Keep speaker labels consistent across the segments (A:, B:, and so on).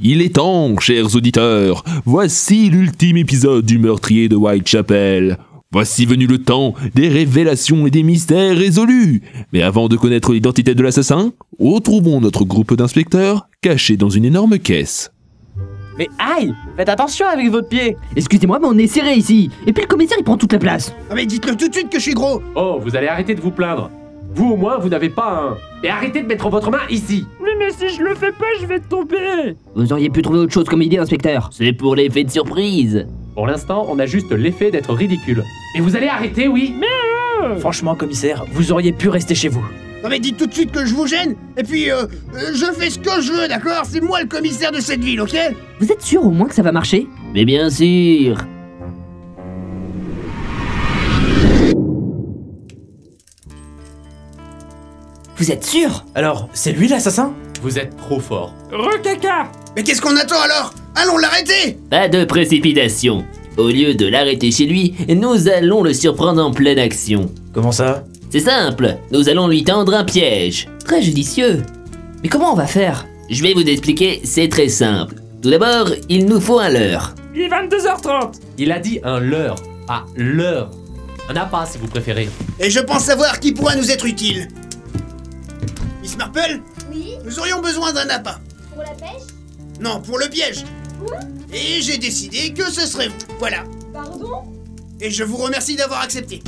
A: Il est temps, chers auditeurs, voici l'ultime épisode du meurtrier de Whitechapel. Voici venu le temps des révélations et des mystères résolus. Mais avant de connaître l'identité de l'assassin, retrouvons notre groupe d'inspecteurs cachés dans une énorme caisse.
B: Mais aïe Faites attention avec votre pied
C: Excusez-moi, mais on est serré ici. Et puis le commissaire, il prend toute la place.
D: Ah mais dites-le tout de suite que je suis gros
E: Oh, vous allez arrêter de vous plaindre. Vous au moins, vous n'avez pas un. Et arrêtez de mettre votre main ici.
F: Oui, mais si je le fais pas, je vais tomber
C: Vous auriez pu trouver autre chose comme idée, inspecteur. C'est pour l'effet de surprise.
E: Pour l'instant, on a juste l'effet d'être ridicule. Et vous allez arrêter, oui
B: Franchement, commissaire, vous auriez pu rester chez vous.
D: Non mais dites tout de suite que je vous gêne Et puis, euh, euh, je fais ce que je veux, d'accord C'est moi le commissaire de cette ville, ok
C: Vous êtes sûr au moins que ça va marcher
G: Mais bien sûr
H: Vous êtes sûr
B: Alors, c'est lui l'assassin
E: Vous êtes trop fort.
F: Recaca
D: Mais qu'est-ce qu'on attend alors Allons l'arrêter
G: Pas de précipitation Au lieu de l'arrêter chez lui, nous allons le surprendre en pleine action.
B: Comment ça
G: C'est simple, nous allons lui tendre un piège.
H: Très judicieux. Mais comment on va faire
G: Je vais vous expliquer, c'est très simple. Tout d'abord, il nous faut un leurre.
F: Il est 22h30
E: Il a dit un leurre. Pas leurre. Un appât, si vous préférez.
D: Et je pense savoir qui pourra nous être utile. Miss Marple
I: Oui,
D: Nous aurions besoin d'un appât.
I: pour la pêche
D: Non, pour le piège. Et j'ai décidé que ce serait vous. Voilà.
I: Pardon
D: Et je vous remercie d'avoir accepté.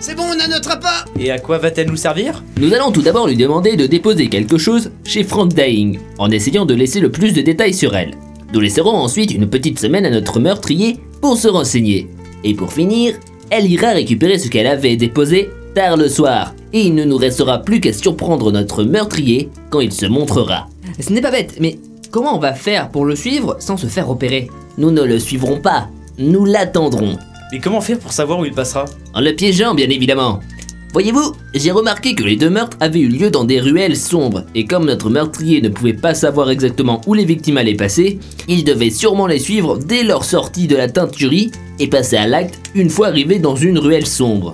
D: C'est bon, on a notre appât
B: Et à quoi va-t-elle nous servir
G: Nous allons tout d'abord lui demander de déposer quelque chose chez Frank Dying, en essayant de laisser le plus de détails sur elle. Nous laisserons ensuite une petite semaine à notre meurtrier pour se renseigner. Et pour finir, elle ira récupérer ce qu'elle avait déposé tard le soir, et il ne nous restera plus qu'à surprendre notre meurtrier quand il se montrera.
H: Ce n'est pas bête, mais comment on va faire pour le suivre sans se faire repérer
G: Nous ne le suivrons pas, nous l'attendrons,
B: Mais comment faire pour savoir où il passera
G: en le piégeant bien évidemment. Voyez-vous, j'ai remarqué que les deux meurtres avaient eu lieu dans des ruelles sombres, et comme notre meurtrier ne pouvait pas savoir exactement où les victimes allaient passer, il devait sûrement les suivre dès leur sortie de la teinturie et passer à l'acte une fois arrivé dans une ruelle sombre.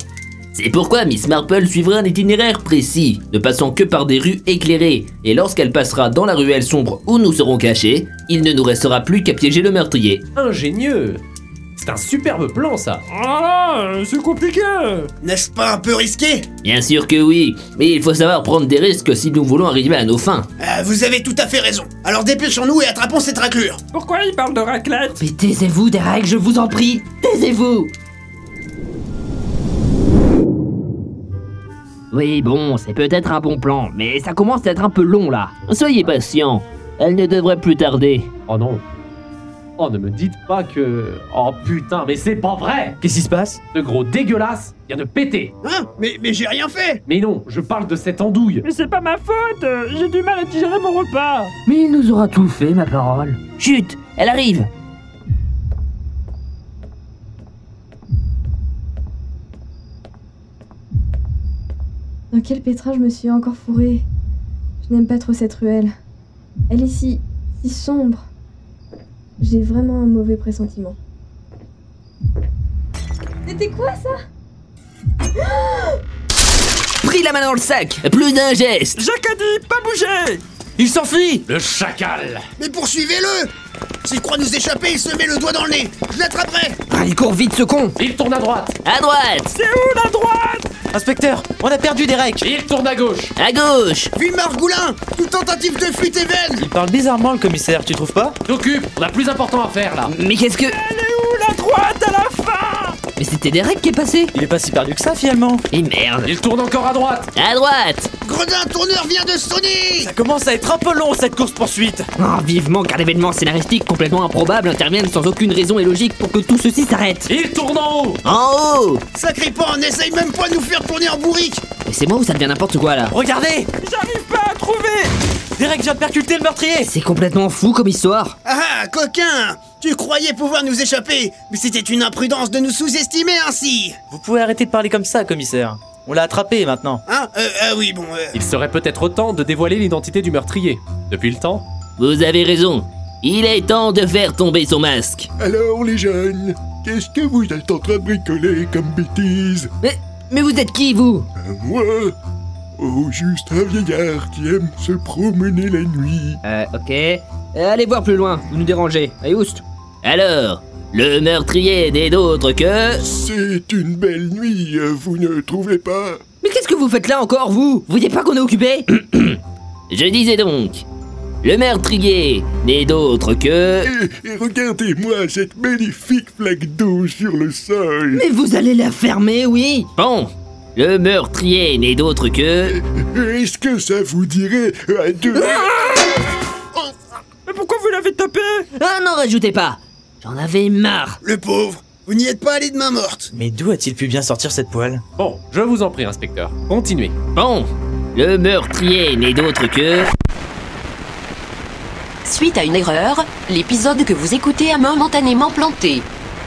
G: C'est pourquoi Miss Marple suivra un itinéraire précis, ne passant que par des rues éclairées, et lorsqu'elle passera dans la ruelle sombre où nous serons cachés, il ne nous restera plus qu'à piéger le meurtrier.
E: Ingénieux C'est un superbe plan, ça
F: Oh là là, c'est compliqué
D: N'est-ce pas un peu risqué
G: Bien sûr que oui, mais il faut savoir prendre des risques si nous voulons arriver à nos fins.
D: Euh, Vous avez tout à fait raison. Alors dépêchons-nous et attrapons cette raclure.
F: Pourquoi il parle de raclette
H: Mais taisez-vous, Derek, je vous en prie Taisez-vous
C: Oui, bon, c'est peut-être un bon plan, mais ça commence à être un peu long là.
G: Soyez patient, elle ne devrait plus tarder.
E: Oh non Oh, ne me dites pas que. Oh putain, mais c'est pas vrai
B: Qu'est-ce qui se passe
E: Ce gros dégueulasse vient de péter
D: Hein Mais, mais j'ai rien fait
E: Mais non, je parle de cette andouille
F: Mais c'est pas ma faute euh, J'ai du mal à digérer mon repas
C: Mais il nous aura tout fait, ma parole.
G: Chut, elle arrive
I: Dans quel pétrin je me suis encore fourrée Je n'aime pas trop cette ruelle. Elle est si. si sombre. J'ai vraiment un mauvais pressentiment. C'était quoi ça
H: Pris la main dans le sac
G: Plus d'un geste
F: Jacques a dit, pas bouger
B: Il s'enfuit
E: Le chacal
D: Mais poursuivez-le S'il croit nous échapper, il se met le doigt dans le nez Je l'attraperai
H: Ah, il court vite, ce con
E: Il tourne à droite
G: À droite
F: C'est où la droite
B: Inspecteur, on a perdu Derek
E: Il tourne à gauche
G: À gauche
D: Vive Margoulin Toute tentative de fuite est vaine
B: Il parle bizarrement le commissaire, tu trouves pas
E: T'occupe On a plus important à faire là
H: Mais qu'est-ce que...
F: Elle est où la droite à la fin
H: Mais c'était Derek qui est passé
B: Il est pas si perdu que ça finalement
G: Et merde
E: Il tourne encore à droite
G: À droite
D: Gredin Tourneur vient de sonner
B: Ça commence à être un peu long cette course-poursuite
H: Ah, Vivement qu'un événement scénaristique complètement improbable intervienne sans aucune raison et logique pour que tout ceci s'arrête
E: Il tourne en haut
G: En haut
D: Sacré pan, n'essaye même pas de nous faire tourner en bourrique
H: Mais c'est moi où ça devient n'importe quoi, là
B: Regardez
F: J'arrive pas à trouver
B: Derek vient de percuter le meurtrier
H: C'est complètement fou comme histoire
D: Ah, coquin Tu croyais pouvoir nous échapper, mais c'était une imprudence de nous sous-estimer ainsi
B: Vous pouvez arrêter de parler comme ça, commissaire. On l'a attrapé maintenant.
D: Hein Euh, euh, oui, bon... euh,
E: Il serait peut-être temps de dévoiler l'identité du meurtrier. Depuis le temps
G: Vous avez raison il est temps de faire tomber son masque.
J: Alors les jeunes, qu'est-ce que vous êtes en train de bricoler comme bêtise
H: Mais... Mais vous êtes qui, vous
J: Euh, Moi Oh, juste un vieillard qui aime se promener la nuit.
H: Euh, ok. Allez voir plus loin, vous nous dérangez. Allez, oust
G: Alors, le meurtrier n'est d'autre que...
J: C'est une belle nuit, euh, vous ne trouvez pas
H: Mais qu'est-ce que vous faites là encore, vous Vous voyez pas qu'on est occupé
G: Je disais donc, le meurtrier n'est d'autre que...
J: Et, et regardez-moi cette magnifique flaque d'eau sur le sol
H: Mais vous allez la fermer, oui
G: Bon, le meurtrier n'est d'autre que...
J: Est-ce que ça vous dirait à deux
F: Mais pourquoi vous l'avez tapé
H: Ah n'en rajoutez pas J'en avais marre
D: Le pauvre Vous n'y êtes pas allé de main morte
B: Mais d'où a-t-il pu bien sortir cette poêle
E: Bon, je vous en prie, inspecteur. Continuez.
G: Bon, le meurtrier n'est d'autre que...
K: Suite à une erreur, l'épisode que vous écoutez a momentanément planté.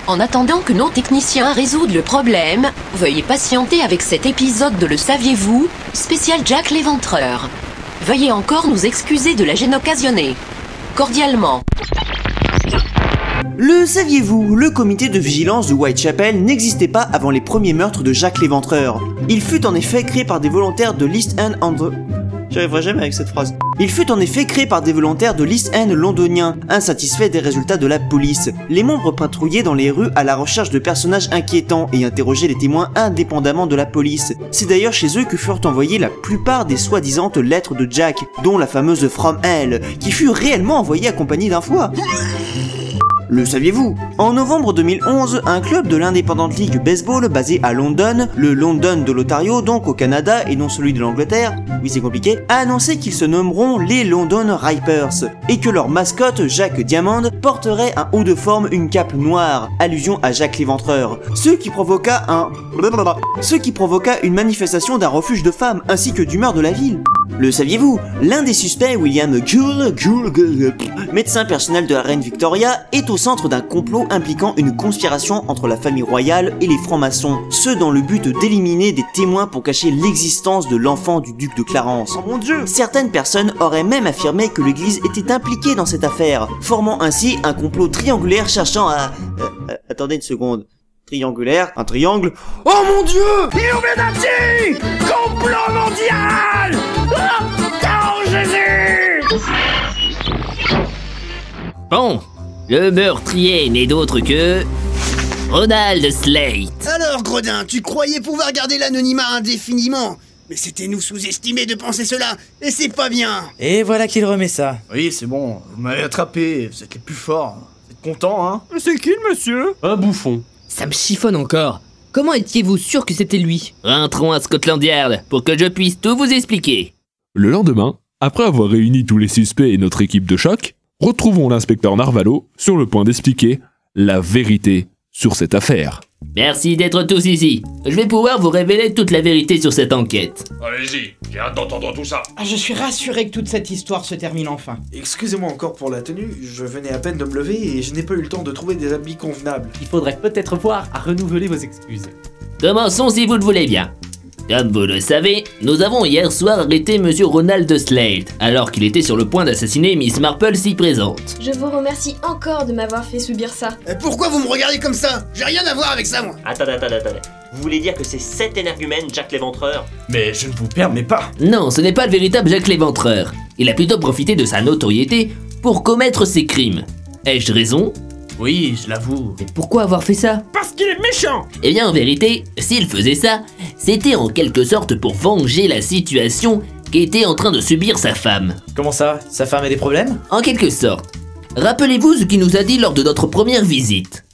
K: En attendant que nos techniciens résoudent le problème, veuillez patienter avec cet épisode de Le Saviez-vous, spécial Jack l'éventreur. Veuillez encore nous excuser de la gêne occasionnée. Cordialement.
L: Le saviez-vous, le comité de vigilance de Whitechapel n'existait pas avant les premiers meurtres de Jacques l'Éventreur. Il fut en effet créé par des volontaires de l'East End and... J'arriverai jamais avec cette phrase. Il fut en effet créé par des volontaires de l'East End londonien, insatisfaits des résultats de la police. Les membres patrouillaient dans les rues à la recherche de personnages inquiétants et interrogeaient les témoins indépendamment de la police. C'est d'ailleurs chez eux que furent envoyées la plupart des soi-disantes lettres de Jack, dont la fameuse From Hell, qui fut réellement envoyée accompagnée d'un foie. Le saviez-vous En novembre 2011, un club de l'Independent League Baseball basé à London, le London de l'Ontario donc au Canada et non celui de l'Angleterre, oui c'est compliqué, a annoncé qu'ils se nommeront les London Ripers et que leur mascotte, Jacques Diamond, porterait un haut de forme, une cape noire, allusion à Jacques l'Éventreur, ce qui provoqua un... blablabla, ce qui provoqua une manifestation d'un refuge de femmes ainsi que d'humeur de la ville. Le saviez-vous L'un des suspects, William Gould, Gould, Gould, pff, médecin personnel de la reine Victoria, est au centre d'un complot impliquant une conspiration entre la famille royale et les francs-maçons, ce dans le but d'éliminer des témoins pour cacher l'existence de l'enfant du duc de Clarence. Oh mon dieu Certaines personnes auraient même affirmé que l'église était impliquée dans cette affaire, formant ainsi un complot triangulaire cherchant à... euh, euh, attendez une seconde. Triangulaire, un triangle. Oh mon dieu
F: Illuminati Complot mondial Oh Jésus
G: Bon, le meurtrier n'est d'autre que... Ronald Slate.
D: Alors, Gredin, tu croyais pouvoir garder l'anonymat indéfiniment Mais c'était nous sous-estimer de penser cela, et c'est pas bien
B: Et voilà qu'il remet ça.
M: Oui, c'est bon, vous m'avez attrapé, vous êtes les plus forts. Vous êtes contents, hein
F: C'est qui le monsieur
E: Un bouffon.
H: Ça me chiffonne encore Comment étiez-vous sûr que c'était lui
G: Rentrons à Scotland Yard pour que je puisse tout vous expliquer.
A: Le lendemain, après avoir réuni tous les suspects et notre équipe de choc, retrouvons l'inspecteur Narvalo sur le point d'expliquer la vérité sur cette affaire.
G: Merci d'être tous ici. Je vais pouvoir vous révéler toute la vérité sur cette enquête.
N: Allez-y, j'ai hâte d'entendre tout ça.
O: Ah, je suis rassuré que toute cette histoire se termine enfin.
M: Excusez-moi encore pour la tenue, je venais à peine de me lever et je n'ai pas eu le temps de trouver des habits convenables.
E: Il faudrait peut-être voir à renouveler vos excuses.
G: Commençons si vous le voulez bien. Comme vous le savez, nous avons hier soir arrêté Monsieur Ronald Slade, alors qu'il était sur le point d'assassiner Miss Marple si présente.
I: Je vous remercie encore de m'avoir fait subir ça.
D: Et Euh, pourquoi vous me regardez comme ça J'ai rien à voir avec ça, moi
P: Attendez, attendez, attendez. Vous voulez dire que c'est cet énergumène, Jack l'éventreur
M: Mais je ne vous permets pas
G: Non, ce n'est pas le véritable Jack l'éventreur. Il a plutôt profité de sa notoriété pour commettre ses crimes. Ai-je raison
M: Oui, je l'avoue.
G: Mais pourquoi avoir fait ça
F: Parce qu'il est méchant
G: Eh bien, en vérité, s'il faisait ça, c'était en quelque sorte pour venger la situation qu'était en train de subir sa femme.
B: Comment ça Sa femme a des problèmes
G: En quelque sorte. Rappelez-vous ce qu'il nous a dit lors de notre première visite.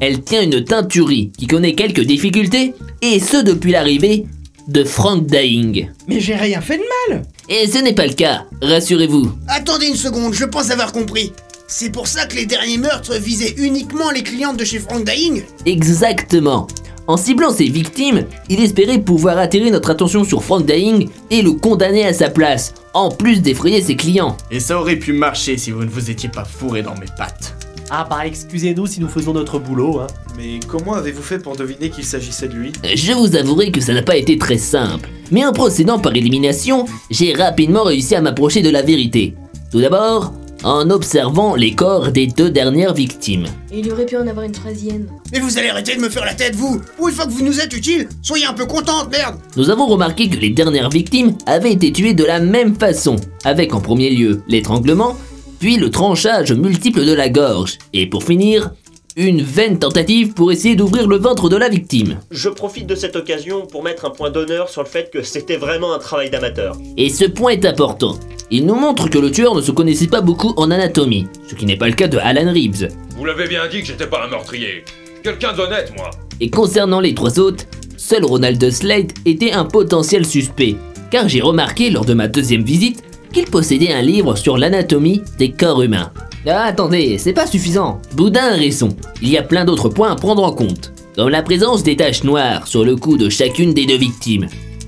G: Elle tient une teinturie qui connaît quelques difficultés, et ce depuis l'arrivée de Frank Dying.
O: Mais j'ai rien fait de mal
G: Et ce n'est pas le cas, rassurez-vous.
D: Attendez une seconde, je pense avoir compris. C'est pour ça que les derniers meurtres visaient uniquement les clientes de chez Frank Dying
G: Exactement. En ciblant ses victimes, il espérait pouvoir attirer notre attention sur Frank Dying et le condamner à sa place, en plus d'effrayer ses clients.
M: Et ça aurait pu marcher si vous ne vous étiez pas fourré dans mes pattes.
E: Ah bah excusez-nous si nous faisons notre boulot, hein.
M: Mais comment avez-vous fait pour deviner qu'il s'agissait de lui
G: Je vous avouerai que ça n'a pas été très simple, mais en procédant par élimination, j'ai rapidement réussi à m'approcher de la vérité. Tout d'abord, en observant les corps des deux dernières victimes.
I: Il aurait pu en avoir une troisième.
D: Mais vous allez arrêter de me faire la tête, vous Ou une fois que vous nous êtes utile, soyez un peu contente, merde
G: Nous avons remarqué que les dernières victimes avaient été tuées de la même façon, avec en premier lieu l'étranglement, puis le tranchage multiple de la gorge, et pour finir, une vaine tentative pour essayer d'ouvrir le ventre de la victime.
P: Je profite de cette occasion pour mettre un point d'honneur sur le fait que c'était vraiment un travail d'amateur.
G: Et ce point est important. Il nous montre que le tueur ne se connaissait pas beaucoup en anatomie, ce qui n'est pas le cas de Alan Reeves.
N: Vous l'avez bien dit que j'étais pas un meurtrier. Quelqu'un d'honnête, moi.
G: Et concernant les trois autres, seul Ronald Slade était un potentiel suspect, car j'ai remarqué lors de ma deuxième visite qu'il possédait un livre sur l'anatomie des corps humains. Ah, attendez, c'est pas suffisant. Boudin a raison. Il y a plein d'autres points à prendre en compte, comme la présence des taches noires sur le cou de chacune des deux victimes.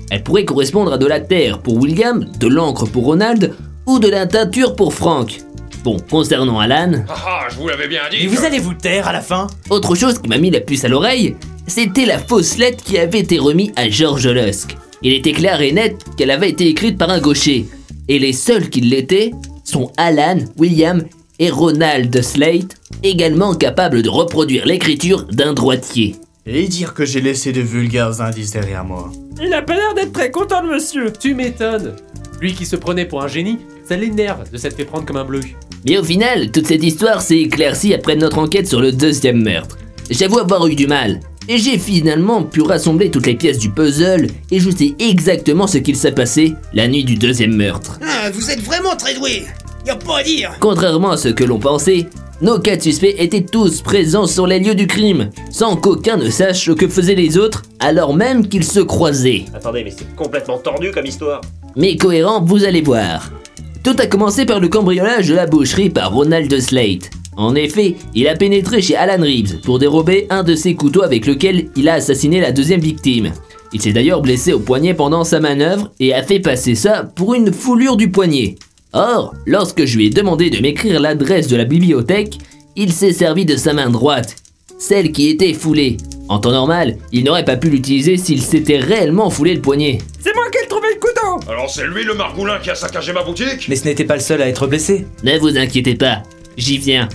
G: Elle pourrait correspondre à de la terre pour William, de l'encre pour Ronald ou de la teinture pour Frank. Bon, concernant Alan,
N: Ah ah, je vous l'avais bien dit.
B: Et vous allez vous taire à la fin
G: autre chose qui m'a mis la puce à l'oreille, c'était la fausse lettre qui avait été remise à George Lusk. Il était clair et net qu'elle avait été écrite par un gaucher. Et les seuls qui l'étaient sont Alan, William et Ronald Slate, également capables de reproduire l'écriture d'un droitier.
Q: Et dire que j'ai laissé de vulgaires indices derrière moi.
E: Il a pas l'air d'être très content, le monsieur. Tu m'étonnes. Lui qui se prenait pour un génie, ça l'énerve de s'être fait prendre comme un bleu.
G: Mais au final, toute cette histoire s'est éclaircie après notre enquête sur le deuxième meurtre. J'avoue avoir eu du mal, et j'ai finalement pu rassembler toutes les pièces du puzzle et je sais exactement ce qu'il s'est passé la nuit du deuxième meurtre.
D: Ah, vous êtes vraiment très doué Y a pas à dire
G: Contrairement à ce que l'on pensait, nos quatre suspects étaient tous présents sur les lieux du crime, sans qu'aucun ne sache ce que faisaient les autres alors même qu'ils se croisaient.
P: Attendez, mais c'est complètement tordu comme histoire.
G: Mais cohérent, vous allez voir. Tout a commencé par le cambriolage de la boucherie par Ronald Slate. En effet, il a pénétré chez Alan Reeves pour dérober un de ses couteaux avec lequel il a assassiné la deuxième victime. Il s'est d'ailleurs blessé au poignet pendant sa manœuvre et a fait passer ça pour une foulure du poignet. Or, lorsque je lui ai demandé de m'écrire l'adresse de la bibliothèque, il s'est servi de sa main droite, celle qui était foulée. En temps normal, il n'aurait pas pu l'utiliser s'il s'était réellement foulé le poignet.
F: C'est moi qui ai trouvé le couteau
N: Alors c'est lui le margoulin qui a saccagé ma boutique
B: Mais ce n'était pas le seul à être blessé.
G: Ne vous inquiétez pas, j'y viens.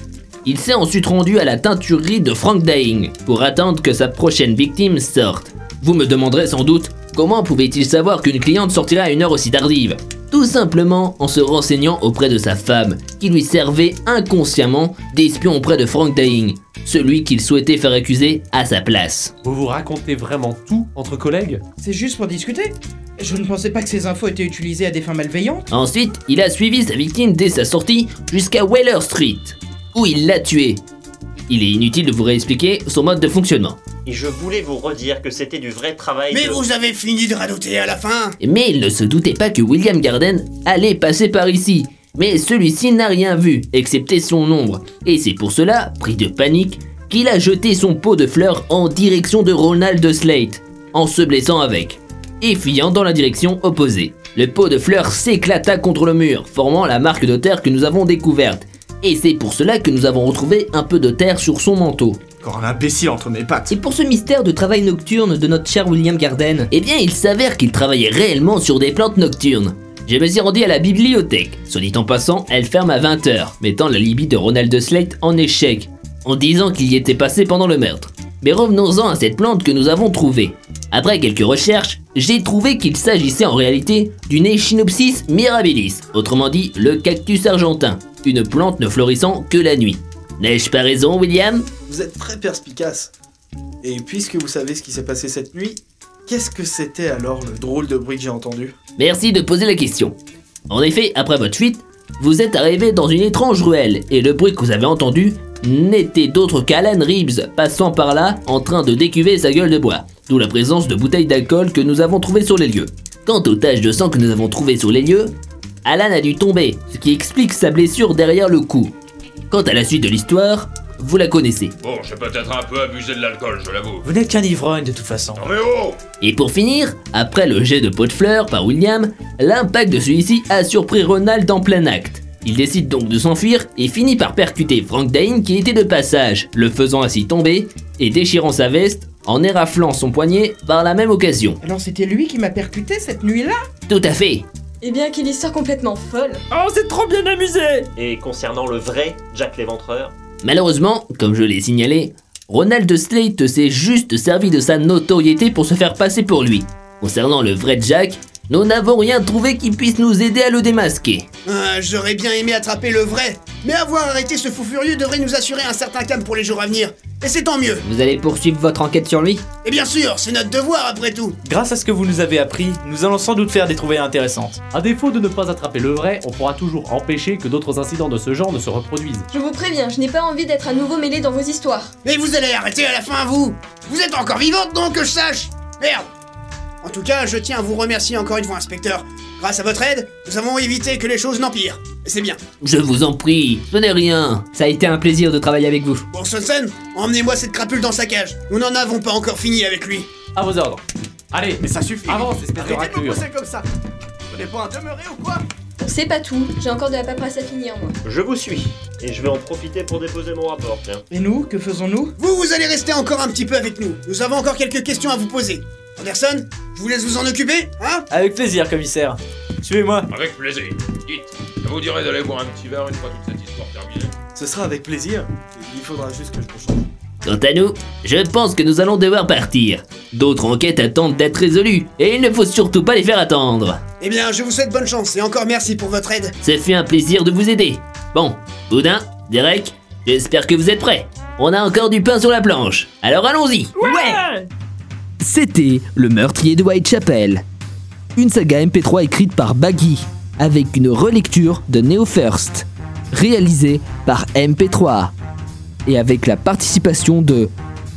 G: Il s'est ensuite rendu à la teinturerie de Frank Dying pour attendre que sa prochaine victime sorte. Vous me demanderez sans doute comment pouvait-il savoir qu'une cliente sortirait à une heure aussi tardive Tout simplement en se renseignant auprès de sa femme, qui lui servait inconsciemment d'espion auprès de Frank Dying, celui qu'il souhaitait faire accuser à sa place.
E: Vous vous racontez vraiment tout entre collègues
O: C'est juste pour discuter Je ne pensais pas que ces infos étaient utilisées à des fins malveillantes.
G: Ensuite, il a suivi sa victime dès sa sortie jusqu'à Weller Street, où il l'a tuée. Il est inutile de vous réexpliquer son mode de fonctionnement.
P: Et je voulais vous redire que c'était du vrai travail.
D: Mais
P: de-
D: vous avez fini de radoter à la fin
G: Mais il ne se doutait pas que William Garden allait passer par ici. Mais celui-ci n'a rien vu, excepté son ombre. Et c'est pour cela, pris de panique, qu'il a jeté son pot de fleurs en direction de Ronald Slate, en se blessant avec, et fuyant dans la direction opposée. Le pot de fleurs s'éclata contre le mur, formant la marque de terre que nous avons découverte. Et c'est pour cela que nous avons retrouvé un peu de terre sur son manteau.
Q: Encore un imbécile entre mes pattes.
H: Et pour ce mystère de travail nocturne de notre cher William Garden,
G: Eh bien, il s'avère qu'il travaillait réellement sur des plantes nocturnes. Je me suis rendu à la bibliothèque. Soit dit en passant, elle ferme à 20h, mettant la Libye de Ronald Slate en échec, en disant qu'il y était passé pendant le meurtre. Mais revenons-en à cette plante que nous avons trouvée. Après quelques recherches, j'ai trouvé qu'il s'agissait en réalité d'une Echinopsis mirabilis, autrement dit le cactus argentin, une plante ne florissant que la nuit. N'ai-je pas raison, William
M: Vous êtes très perspicace. Et puisque vous savez ce qui s'est passé cette nuit, qu'est-ce que c'était alors le drôle de bruit que j'ai entendu
G: Merci de poser la question. En effet, après votre fuite, vous êtes arrivé dans une étrange ruelle et le bruit que vous avez entendu n'était d'autre qu'Alan Reeves passant par là en train de décuver sa gueule de bois, d'où la présence de bouteilles d'alcool que nous avons trouvées sur les lieux. Quant aux taches de sang que nous avons trouvées sur les lieux, Alan a dû tomber, ce qui explique sa blessure derrière le cou. Quant à la suite de l'histoire, vous la connaissez.
N: Bon, j'ai peut-être un peu abusé de l'alcool, je l'avoue.
B: Vous n'êtes qu'un ivrogne de toute façon.
N: Non mais oh
G: Et pour finir, après le jet de pot de fleurs par William, l'impact de celui-ci a surpris Ronald en plein acte. Il décide donc de s'enfuir et finit par percuter Frank Dane qui était de passage, le faisant ainsi tomber et déchirant sa veste en éraflant son poignet par la même occasion.
O: Alors c'était lui qui m'a percuté cette nuit-là
G: Tout à fait.
I: Eh bien, quelle histoire complètement folle
F: Oh, c'est trop bien amusé
P: Et concernant le vrai Jack l'éventreur,
G: Malheureusement, comme je l'ai signalé, Ronald Slate s'est juste servi de sa notoriété pour se faire passer pour lui. Concernant le vrai Jack, Nous n'avons rien trouvé qui puisse nous aider à le démasquer.
D: Ah, J'aurais bien aimé attraper le vrai, mais avoir arrêté ce fou furieux devrait nous assurer un certain calme pour les jours à venir, et c'est tant mieux.
G: Vous allez poursuivre votre enquête sur lui
D: Et bien sûr, c'est notre devoir après tout.
B: Grâce à ce que vous nous avez appris, nous allons sans doute faire des trouvailles intéressantes.
E: À défaut de ne pas attraper le vrai, on pourra toujours empêcher que d'autres incidents de ce genre ne se reproduisent.
I: Je vous préviens, je n'ai pas envie d'être à nouveau mêlé dans vos histoires.
D: Mais vous allez arrêter à la fin, vous Vous êtes encore vivante, donc, que je sache Merde En tout cas, je tiens à vous remercier encore une fois, inspecteur. Grâce à votre aide, nous avons évité que les choses n'empirent. Et C'est bien.
G: Je vous en prie, ce n'est rien. Ça a été un plaisir de travailler avec vous.
D: Bon, Sonsen, emmenez-moi cette crapule dans sa cage. Nous n'en avons pas encore fini avec lui.
E: À vos ordres. Allez, mais ça suffit. Avance, espèce de
M: Arrêtez de me
E: raclure.
M: pousser comme ça On n'est pas un demeuré ou quoi
I: C'est pas tout, j'ai encore de la paperasse à finir, moi.
P: Je vous suis, et je vais en profiter pour déposer mon rapport, tiens.
O: Et nous, que faisons-nous
D: Vous, vous allez rester encore un petit peu avec nous. Nous avons encore quelques questions à vous poser. Anderson, je vous laisse vous en occuper, hein
B: Avec plaisir, commissaire. Suivez-moi.
N: Avec plaisir. Dites, je vous dirai d'aller boire un petit verre une fois toute cette histoire terminée.
M: Ce sera avec plaisir. Il faudra juste que je me change.
G: Quant à nous, je pense que nous allons devoir partir. D'autres enquêtes attendent d'être résolues, et il ne faut surtout pas les faire attendre.
D: Eh bien, je vous souhaite bonne chance et encore merci pour votre aide.
G: Ça fait un plaisir de vous aider. Bon, Boudin, Derek, j'espère que vous êtes prêts. On a encore du pain sur la planche, alors allons-y
F: Ouais
R: C'était Le meurtrier de Whitechapel. Une saga MP3 écrite par Baggy, avec une relecture de Neo First, réalisée par MP3, et avec la participation de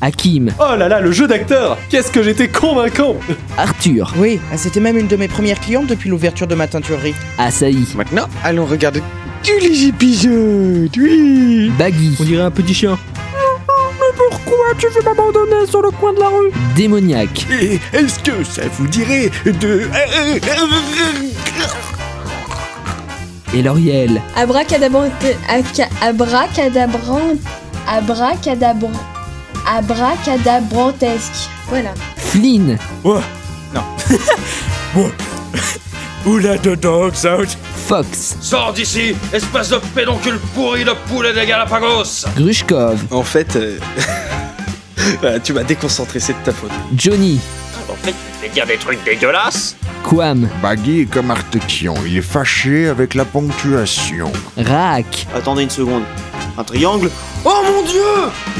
R: Hakim,
E: Oh là là, le jeu d'acteur Qu'est-ce que j'étais convaincant
R: Arthur,
O: Oui, ah, c'était même une de mes premières clientes depuis l'ouverture de ma teinturerie.
R: Asahi,
S: Maintenant, allons regarder tous les épisodes, oui
R: Baggy,
S: On dirait un petit chien.
F: Pourquoi tu veux m'abandonner sur le coin de la rue
R: Démoniaque,
S: Et est-ce que ça vous dirait de... euh,
R: et Lauriel,
I: Abracadabran... euh, aca- Abracadabran... Abracadabran... Abracadabrantesque. Voilà.
R: Flynn,
S: Oh, non. Bon. Oula, the dog's out.
R: Fox,
N: Sors d'ici, espèce de pédoncule pourri de poulet des Galapagos
R: Grushkov,
M: En fait, euh, bah, tu m'as déconcentré, c'est de ta faute.
R: Johnny,
P: En fait, tu fais dire des trucs dégueulasses
R: Kwam,
T: Baggy est comme Artetion, il est fâché avec la ponctuation.
R: Raak,
L: Attendez une seconde. Un triangle
D: Oh mon dieu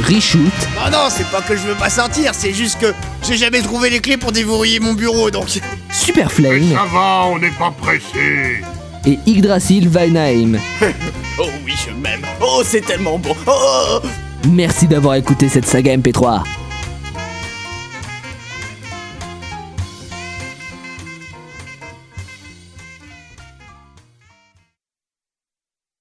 R: Richout,
D: Non, non, c'est pas que je veux pas sortir, c'est juste que j'ai jamais trouvé les clés pour déverrouiller mon bureau, donc...
R: Superflame
T: Ça va, on n'est pas pressé.
R: et Yggdrasil Weinheim.
S: Oh oui, je m'aime. Oh, c'est tellement bon. Oh, oh, oh.
R: Merci d'avoir écouté cette saga MP3.